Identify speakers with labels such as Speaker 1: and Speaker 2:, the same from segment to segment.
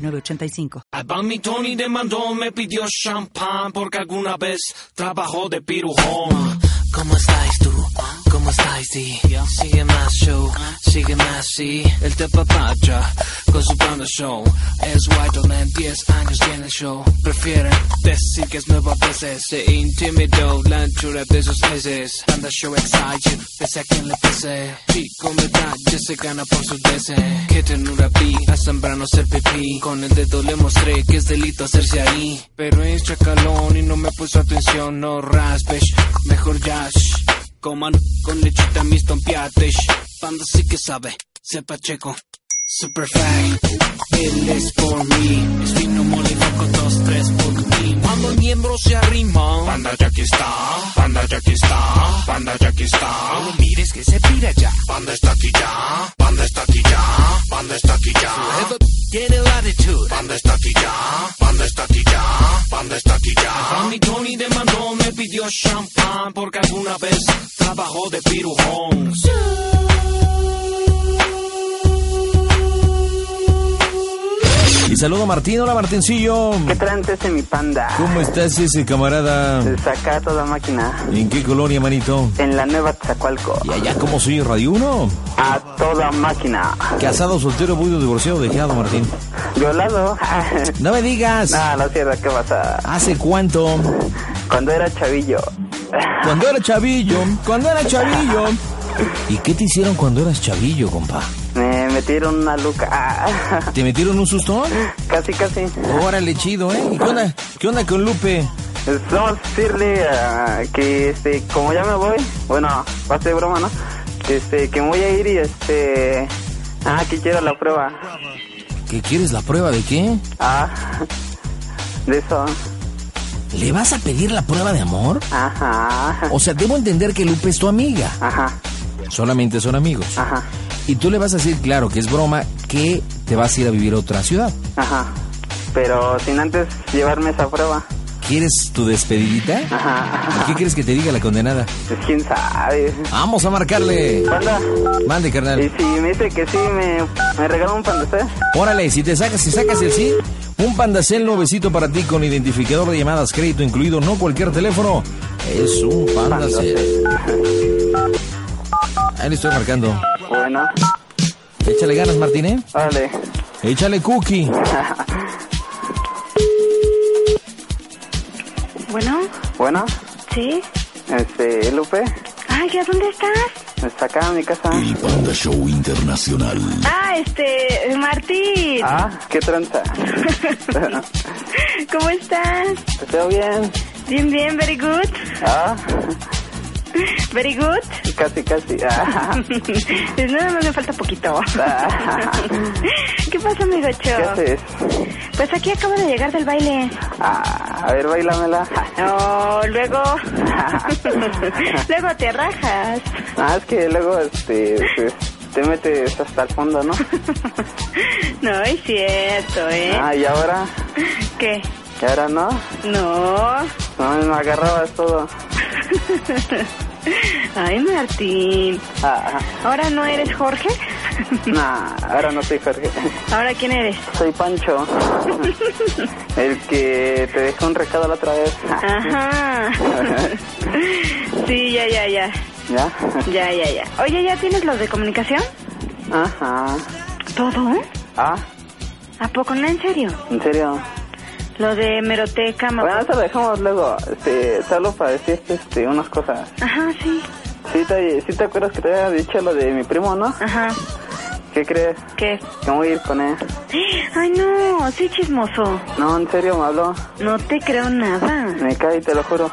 Speaker 1: 985.
Speaker 2: Al mi Tony demandó, me pidió champán porque alguna vez trabajó de pirujón.
Speaker 3: ¿Cómo estáis tú? ¿Cómo estáis ti? Sigue más show, sigue más sí. Él te papacha con su banda show. Es White Man, 10 años tiene el show. Prefieren decir que es nuevo a veces. Se intimidó la anchura de sus meses. Banda show excited, pese a quien le pese. Chico, verdad, ya se gana por su deseo. Que ternura vi a Zambrano ser pipí. Con el dedo le mostré que es delito hacerse ahí. Pero es chacalón y no me puso atención. No raspesh, mejor yash. Coman con lechita mis tompiates. Panda sí que sabe, sepa checo. Super fact, él es por mí. Es fino, mole, foco, dos, tres por mí. Cuando el miembro se arrima,
Speaker 2: Panda ya aquí está, panda ya aquí está, panda ya aquí está.
Speaker 3: no lo mires que se pira ya.
Speaker 2: Panda está aquí ya, panda está aquí ya, panda está aquí ya.
Speaker 3: Ever Tiene latitud.
Speaker 2: Panda está aquí ya, panda está aquí ya, panda está aquí ya. mi Tony demandó, me pidió champán porque alguna vez trabajó de pirujón.
Speaker 4: Y saludo a Martín, hola Martincillo.
Speaker 5: ¿Qué trance ese mi panda?
Speaker 4: ¿Cómo estás ese camarada?
Speaker 5: Saca toda máquina.
Speaker 4: ¿En qué colonia, manito?
Speaker 5: En la nueva Tzacualco.
Speaker 4: ¿Y allá cómo soy Radio 1?
Speaker 5: A toda máquina.
Speaker 4: Casado, soltero, buido, divorciado, dejado, Martín.
Speaker 5: Violado. Ah,
Speaker 4: No me digas.
Speaker 5: no, no es cierto, ¿qué pasa?
Speaker 4: ¿Hace cuánto?
Speaker 5: Cuando era chavillo.
Speaker 4: Cuando era chavillo, cuando era chavillo. ¿Y qué te hicieron cuando eras chavillo, compa?
Speaker 5: Me metieron una luca. Ah,
Speaker 4: ¿Te metieron un susto?
Speaker 5: casi, casi.
Speaker 4: Órale, chido, ¿eh? ¿Y qué onda, qué onda con Lupe?
Speaker 5: Somos decirle ah, que, este, como ya me voy, bueno, va a ser broma, ¿no? Que, este, que me voy a ir y, este... Ah, que quiero la prueba.
Speaker 4: ¿Qué quieres la prueba de qué?
Speaker 5: Ah, de eso.
Speaker 4: ¿Le vas a pedir la prueba de amor?
Speaker 5: Ajá,
Speaker 4: O sea, debo entender que Lupe es tu amiga.
Speaker 5: ajá,
Speaker 4: Solamente son amigos.
Speaker 5: ajá,
Speaker 4: Y tú le vas a decir, claro, que es broma, que te vas a ir a vivir a otra ciudad.
Speaker 5: ajá. Pero sin antes llevarme esa prueba.
Speaker 4: ¿Quieres tu despedidita? ¿Y ¿Qué quieres que te diga la condenada?
Speaker 5: Pues quién sabe.
Speaker 4: Vamos a marcarle.
Speaker 5: Panda,
Speaker 4: Mande,
Speaker 5: y
Speaker 4: carnal.
Speaker 5: si me dice que sí, me, me regala un pandacé.
Speaker 4: Órale, si te sacas, si sacas el sí, un pandacel nuevecito para ti con identificador de llamadas, crédito incluido, no cualquier teléfono. Es un pandacel. Ahí le estoy marcando.
Speaker 5: Bueno,
Speaker 4: Échale ganas, Martín, ¿eh?
Speaker 5: vale.
Speaker 4: Échale cookie.
Speaker 6: Bueno,
Speaker 5: Bueno,
Speaker 6: sí.
Speaker 5: este, Lupe,
Speaker 6: Ay, ¿ya dónde estás?
Speaker 5: está acá en mi casa.
Speaker 7: El Panda Show Internacional.
Speaker 6: Ah, este, Martín.
Speaker 5: Ah, qué tranza.
Speaker 6: ¿Cómo estás?
Speaker 5: ¿Te bien?
Speaker 6: Bien, bien, very good.
Speaker 5: Ah,
Speaker 6: Very good.
Speaker 5: casi, casi. Ah,
Speaker 6: Pues nada más me falta poquito. ¿Qué pasa, mi
Speaker 5: ¿Qué
Speaker 6: gocho?
Speaker 5: haces?
Speaker 6: Pues aquí acabo de llegar del baile.
Speaker 5: Ah, a ver, bailamela.
Speaker 6: Oh, luego. luego te rajas.
Speaker 5: Ah, es que luego, este, pues, te metes hasta el fondo, ¿no?
Speaker 6: No, es cierto, ¿eh?
Speaker 5: Ah, y ahora,
Speaker 6: ¿Qué?
Speaker 5: y ahora no.
Speaker 6: No.
Speaker 5: No, me agarrabas todo.
Speaker 6: Ay, Martín.
Speaker 5: Ah,
Speaker 6: ¿Ahora no eres Jorge?
Speaker 5: nah, ahora no soy Jorge.
Speaker 6: ¿Ahora quién eres?
Speaker 5: Soy Pancho. El que te dejó un recado la otra vez. Ah,
Speaker 6: Ajá. Sí, ya, ya, ya.
Speaker 5: ¿Ya?
Speaker 6: Ya, ya, ya. Oye, ¿ya tienes los de comunicación?
Speaker 5: Ajá.
Speaker 6: ¿Todo?
Speaker 5: Ah,
Speaker 6: ¿A poco no? ¿En serio?
Speaker 5: en serio.
Speaker 6: Lo de hemeroteca, ma-
Speaker 5: Bueno, eso lo dejamos luego. Este, solo para decirte este, unas cosas.
Speaker 6: Ajá, sí.
Speaker 5: ¿Sí te, sí te acuerdas que te había dicho lo de mi primo, no?
Speaker 6: Ajá.
Speaker 5: ¿Qué crees?
Speaker 6: ¿Qué?
Speaker 5: Que me voy a ir con él.
Speaker 6: Ay, no, sí chismoso.
Speaker 5: No, en serio me habló.
Speaker 6: No te creo nada.
Speaker 5: Me cae, te lo juro.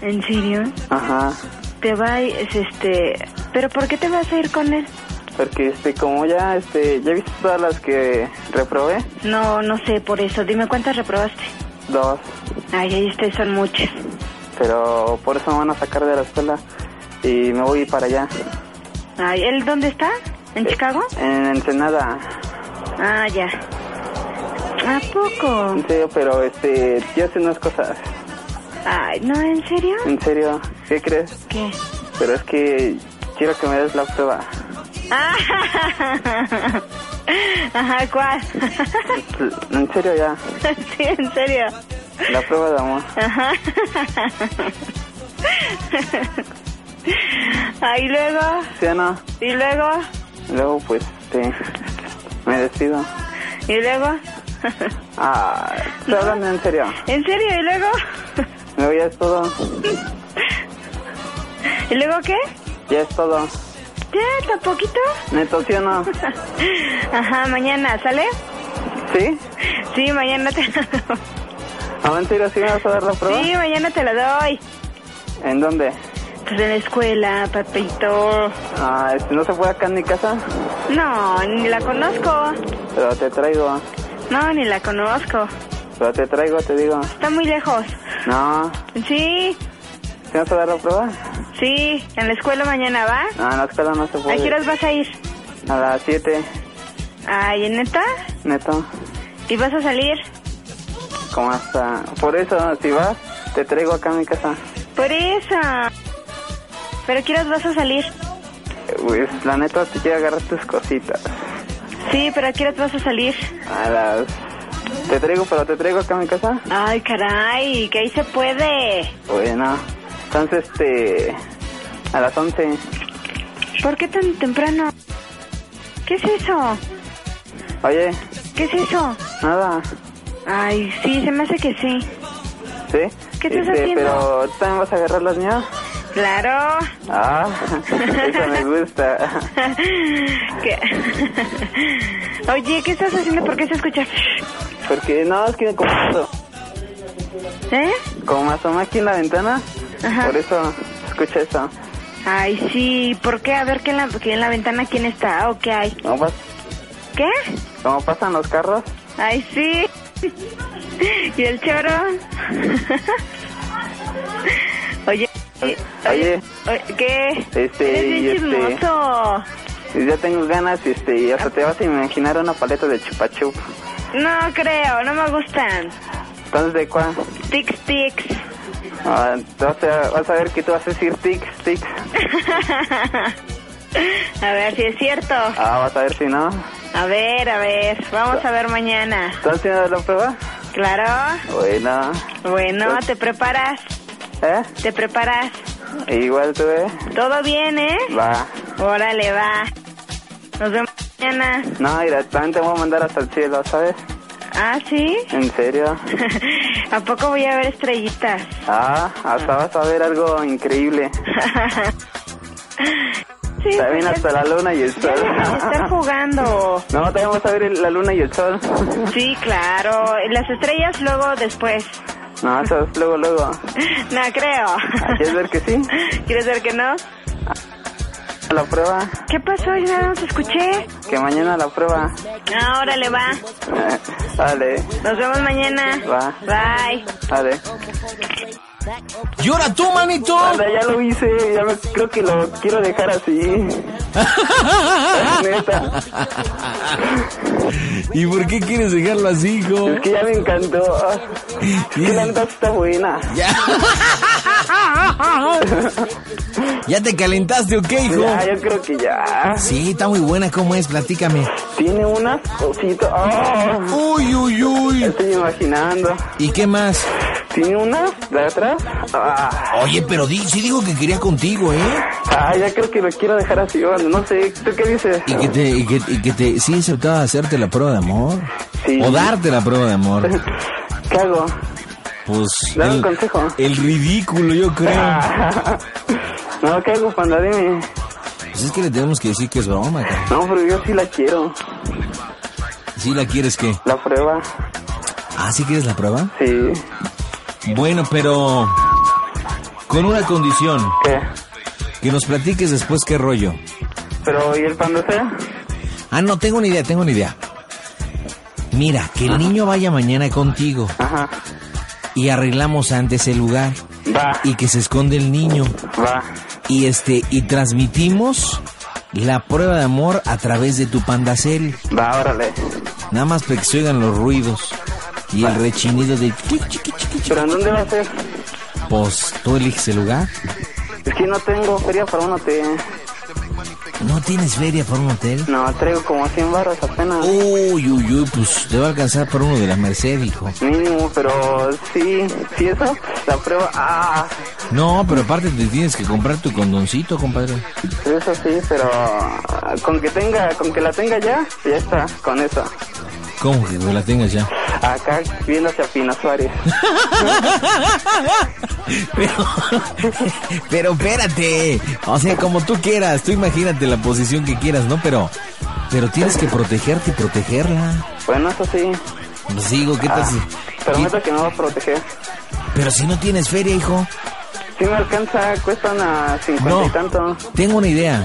Speaker 6: ¿En serio?
Speaker 5: Ajá.
Speaker 6: Te va, a ir, es este... ¿Pero por qué te vas a ir con él?
Speaker 5: Porque este, como ya, este, ya viste todas las que reprobé,
Speaker 6: No, no sé por eso. Dime cuántas reprobaste.
Speaker 5: dos,
Speaker 6: Ay, ahí este son muchas.
Speaker 5: pero por eso me van a sacar de la escuela y me voy para allá.
Speaker 6: Ay, ¿él dónde está? ¿En Chicago?
Speaker 5: En Ensenada,
Speaker 6: Ah, ya. ¿A poco?
Speaker 5: en serio, pero este, yo sé unas cosas,
Speaker 6: Ay, ¿no? ¿En serio?
Speaker 5: en serio, ¿qué crees?
Speaker 6: ¿Qué?
Speaker 5: Pero es que quiero que me des la prueba,
Speaker 6: Ah, Ajá, ¿cuál?
Speaker 5: en serio ya,
Speaker 6: sí, en serio.
Speaker 5: la prueba de amor.
Speaker 6: Ajá. Ay, Ah, luego,
Speaker 5: ¿Sí o no?
Speaker 6: y luego,
Speaker 5: Luego pues, este, me despido.
Speaker 6: y luego.
Speaker 5: Ah, estoy hablando en serio,
Speaker 6: ¿En serio? ¿Y luego?
Speaker 5: me voy, ya es todo,
Speaker 6: ¿Y luego qué?
Speaker 5: ya es todo.
Speaker 6: ¿Ya? ¿Tan poquito?
Speaker 5: ¿Neto, sí o no?
Speaker 6: Ajá, mañana, ¿sale?
Speaker 5: ¿Sí?
Speaker 6: Sí, mañana te la doy.
Speaker 5: ¿A en serio sí me vas a dar la prueba?
Speaker 6: Sí, mañana te la doy.
Speaker 5: ¿En dónde?
Speaker 6: Pues en la escuela, papito.
Speaker 5: Ah, este, no se fue acá en mi casa,
Speaker 6: No, ni la conozco.
Speaker 5: pero te traigo,
Speaker 6: No, ni la conozco.
Speaker 5: pero te traigo, te digo.
Speaker 6: Está muy lejos.
Speaker 5: No,
Speaker 6: Sí,
Speaker 5: ¿sí me vas a dar la prueba?
Speaker 6: sí, en la escuela mañana va.
Speaker 5: No, en la escuela no se
Speaker 6: ¿A qué
Speaker 5: puede.
Speaker 6: horas vas a ir?
Speaker 5: A las 7,
Speaker 6: Ay, ¿neta?
Speaker 5: neto,
Speaker 6: ¿Y vas a salir?
Speaker 5: como hasta... Por eso, si vas, te traigo acá a mi casa.
Speaker 6: Por eso. ¿Pero a qué horas vas a salir?
Speaker 5: Eh, Pues, la neta, te quiero agarrar tus cositas.
Speaker 6: Sí, pero ¿a qué horas vas a salir?
Speaker 5: A las... ¿Te traigo, pero te traigo acá a mi casa?
Speaker 6: Ay, caray, que ahí se puede.
Speaker 5: Bueno, entonces, este... A las 11,
Speaker 6: ¿Por qué tan temprano? ¿Qué es eso?
Speaker 5: oye,
Speaker 6: ¿Qué es eso?
Speaker 5: nada,
Speaker 6: Ay, sí, se me hace que sí.
Speaker 5: ¿sí?
Speaker 6: ¿Qué estás
Speaker 5: Este,
Speaker 6: haciendo?
Speaker 5: Pero, ¿tú ¿también vas a agarrar las mías?
Speaker 6: Claro.
Speaker 5: Ah, eso me gusta.
Speaker 6: ¿Qué? Oye, ¿qué estás haciendo? ¿Por qué se escucha?
Speaker 5: Porque no, es que como, aso-
Speaker 6: ¿Eh?
Speaker 5: como asoma aquí en la ventana,
Speaker 6: Ajá.
Speaker 5: por e- eso escucha eso.
Speaker 6: Ay, sí, ¿por qué? A ver, ¿qué en la, que en la ventana quién está o qué hay?
Speaker 5: Como, pas-
Speaker 6: ¿Qué?
Speaker 5: como pasan los carros,
Speaker 6: Ay, sí. ¿Y el choro? oye, oye,
Speaker 5: Oye.
Speaker 6: oye, ¿qué?
Speaker 5: Este,
Speaker 6: Eres bien
Speaker 5: y este-
Speaker 6: chismoso.
Speaker 5: y ya tengo ganas este, y hasta te vas a imaginar una paleta de chupachup.
Speaker 6: No creo, no me gustan.
Speaker 5: Entonces, ¿de cuál?
Speaker 6: Tic, tics.
Speaker 5: Ah, te vas, a, vas a ver que tú vas a decir tics, tics.
Speaker 6: A ver si es cierto.
Speaker 5: Ah, vas a ver si no.
Speaker 6: A ver, a ver. Vamos a ver mañana.
Speaker 5: ¿Estás haciendo la prueba?
Speaker 6: Claro.
Speaker 5: Bueno,
Speaker 6: Bueno,
Speaker 5: Pues.
Speaker 6: te preparas.
Speaker 5: ¿eh?
Speaker 6: Te preparas.
Speaker 5: Igual tú, ¿eh?
Speaker 6: Todo bien, ¿eh?
Speaker 5: Va.
Speaker 6: Órale, va. Nos vemos mañana.
Speaker 5: No, mira, también te voy a mandar hasta el cielo, ¿sabes?
Speaker 6: Ah, ¿sí?
Speaker 5: ¿En serio?
Speaker 6: ¿A poco voy a ver estrellitas?
Speaker 5: Ah, hasta vas a ver algo increíble.
Speaker 6: Sí,
Speaker 5: También
Speaker 6: ya-
Speaker 5: hasta la luna y el
Speaker 6: ya
Speaker 5: sol.
Speaker 6: dejan de estar jugando.
Speaker 5: No, también vamos a ver el- la luna y el sol.
Speaker 6: Sí, claro. Y Las estrellas luego después.
Speaker 5: No, eso es luego, luego.
Speaker 6: No creo.
Speaker 5: ¿Quieres ver que sí?
Speaker 6: ¿Quieres ver que no?
Speaker 5: La prueba.
Speaker 6: ¿Qué pasó? Yo no te escuché.
Speaker 5: Que mañana la prueba.
Speaker 6: Ah, órale, va.
Speaker 5: Eh, Vale,
Speaker 6: Nos vemos mañana.
Speaker 5: Va.
Speaker 6: Bye.
Speaker 5: vale.
Speaker 4: ¡Llora tú, manito!
Speaker 5: Anda, ya lo hice. Ya me- creo que lo quiero dejar así. Neta.
Speaker 4: ¿Y por qué quieres dejarlo así, hijo?
Speaker 5: Es que ya me encantó.
Speaker 4: Y-
Speaker 5: Que la neta está buena.
Speaker 4: Ya. ¿Ya te calentaste o qué, hijo?
Speaker 5: Ya, yo creo que ya.
Speaker 4: Sí, está muy buena, ¿cómo es? Platícame.
Speaker 5: Tiene unas cositas. ah,
Speaker 4: Uy, uy, uy.
Speaker 5: estoy imaginando.
Speaker 4: ¿Y qué más?
Speaker 5: Tiene unas de atrás. Ah.
Speaker 4: Oye, pero di- sí digo que quería contigo, ¿eh?
Speaker 5: Ah, ya creo que lo quiero dejar así, bueno, no sé, ¿tú qué dices?
Speaker 4: Y que te, y que, y que te, sí aceptaba hacerte la prueba de amor.
Speaker 5: Sí.
Speaker 4: O darte la prueba de amor.
Speaker 5: ¿Qué hago?
Speaker 4: Pues.
Speaker 5: Dame un consejo.
Speaker 4: el ridículo, yo creo.
Speaker 5: no, ¿qué hago, panda? Dime.
Speaker 4: Pues es que le tenemos que decir que es broma, cara.
Speaker 5: No, pero yo sí la quiero.
Speaker 4: ¿Sí la quieres qué?
Speaker 5: La prueba,
Speaker 4: Ah, ¿sí quieres la prueba?
Speaker 5: sí.
Speaker 4: Bueno, pero. Con una condición.
Speaker 5: ¿Qué?
Speaker 4: Que nos platiques después qué rollo.
Speaker 5: Pero, ¿y el cuando sea?
Speaker 4: Ah, no, tengo una idea, tengo una idea. Mira, que el niño vaya mañana contigo
Speaker 5: Ajá.
Speaker 4: y arreglamos antes el lugar
Speaker 5: Va,
Speaker 4: y que se esconde el niño
Speaker 5: va.
Speaker 4: y este y transmitimos la prueba de amor a través de tu pandacel.
Speaker 5: Va, órale.
Speaker 4: Nada más para que se oigan los ruidos y el rechinido de
Speaker 5: ¿Pero en dónde va a ser?
Speaker 4: pues tú eliges el lugar.
Speaker 5: Es que no tengo feria para un hotel.
Speaker 4: No tienes feria para un hotel.
Speaker 5: No, traigo como 100 barras apenas.
Speaker 4: Uy, uy, uy, pues te va a alcanzar para uno de la Merced, hijo.
Speaker 5: Mínimo, pero sí, sí eso, la prueba, ah,
Speaker 4: No, pero aparte te tienes que comprar tu condoncito, compadre.
Speaker 5: eso sí, pero con que tenga, con que la tenga ya, ya está, con eso.
Speaker 4: ¿Cómo que no la tengas ya?
Speaker 5: Acá viendo hacia Pina Suárez.
Speaker 4: Pero, pero espérate. O sea, como tú quieras. Tú imagínate la posición que quieras, ¿no? Pero, pero tienes que protegerte y protegerla.
Speaker 5: Bueno, eso sí,
Speaker 4: Pues digo, ¿qué tal si-
Speaker 5: prometo que Ah, me va a proteger.
Speaker 4: Pero si no tienes feria, hijo.
Speaker 5: Si me alcanza, cuestan a 50
Speaker 4: No.
Speaker 5: y Pues tanto.
Speaker 4: Tengo una idea.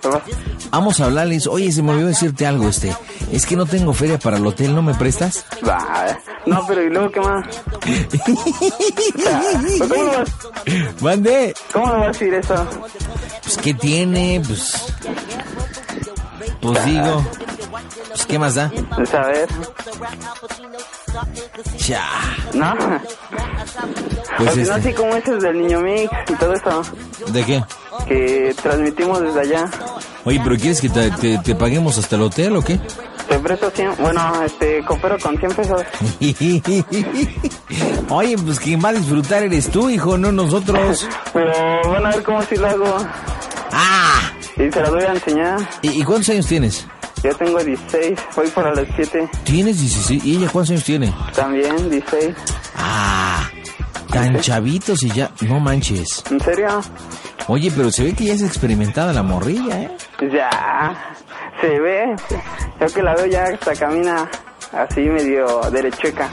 Speaker 5: Pero,
Speaker 4: Vamos a hablarles. Oye, se me olvidó decirte algo, este. Es que no tengo feria para el hotel. ¿No me prestas?
Speaker 5: va, no, pero ¿y luego qué más? O sea, ¿pero ¿cómo, me vas,
Speaker 4: Mande.
Speaker 5: ¿Cómo me vas a decir eso?
Speaker 4: Pues, ¿qué tiene? Pues. Pues digo. Pues, ¿qué más da?
Speaker 5: De saber,
Speaker 4: Ya.
Speaker 5: ¿no?
Speaker 4: Pues
Speaker 5: Porque no
Speaker 4: este.
Speaker 5: sé cómo es el del niño mix y todo eso
Speaker 4: ¿De qué?
Speaker 5: que transmitimos desde allá.
Speaker 4: Oye, pero ¿quieres que te, te- te paguemos hasta el hotel o qué?
Speaker 5: Te presto 100, bueno, este, coopero con 100 pesos.
Speaker 4: Oye, pues quien va a disfrutar eres tú, hijo, no nosotros.
Speaker 5: Pero van a ver cómo si lo hago.
Speaker 4: ¡Ah!
Speaker 5: Y se la voy a enseñar.
Speaker 4: ¿Y, y cuántos años tienes?
Speaker 5: Yo tengo 16, voy para los 7.
Speaker 4: Tienes 16. ¿Y ella cuántos años tiene?
Speaker 5: También 16.
Speaker 4: ¡Ah! Tan chavitos y ya. No manches.
Speaker 5: ¿En serio?
Speaker 4: Oye, pero se ve que ya es experimentada la morrilla, ¿eh?
Speaker 5: Ya. Se ve. Yo que la veo ya hasta camina así medio derechueca.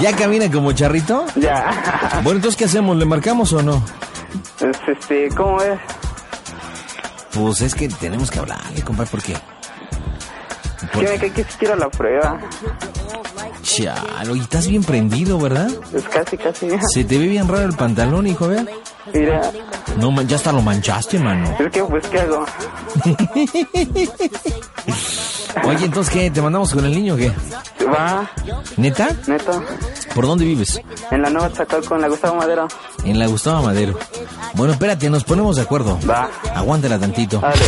Speaker 4: ¿Ya camina como charrito?
Speaker 5: Ya.
Speaker 4: Bueno, entonces, ¿qué hacemos? ¿Le marcamos o no?
Speaker 5: Es, Este, ¿cómo es?
Speaker 4: Pues es que tenemos que hablarle, compadre, ¿por qué? Por-
Speaker 5: Dime que aquí sí quiero la prueba.
Speaker 4: Chalo, y estás bien prendido, ¿verdad?
Speaker 5: Es casi, casi.
Speaker 4: Se te ve bien raro el pantalón, hijo, ¿verdad?
Speaker 5: Mira.
Speaker 4: No, man- ya hasta lo manchaste, mano.
Speaker 5: Es que, pues, ¿qué hago?
Speaker 4: Oye, entonces, ¿qué? ¿Te mandamos con el niño o qué?
Speaker 5: Va,
Speaker 4: ¿Neta?
Speaker 5: neto.
Speaker 4: ¿Por dónde vives?
Speaker 5: En la nueva Chacol con la Gustavo Madero.
Speaker 4: En la Gustavo Madero. Bueno, espérate, nos ponemos de acuerdo.
Speaker 5: Va.
Speaker 4: Aguántala tantito.
Speaker 5: Dale.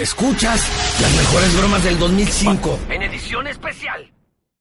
Speaker 8: Escuchas las mejores bromas del 2005.
Speaker 2: En edición especial.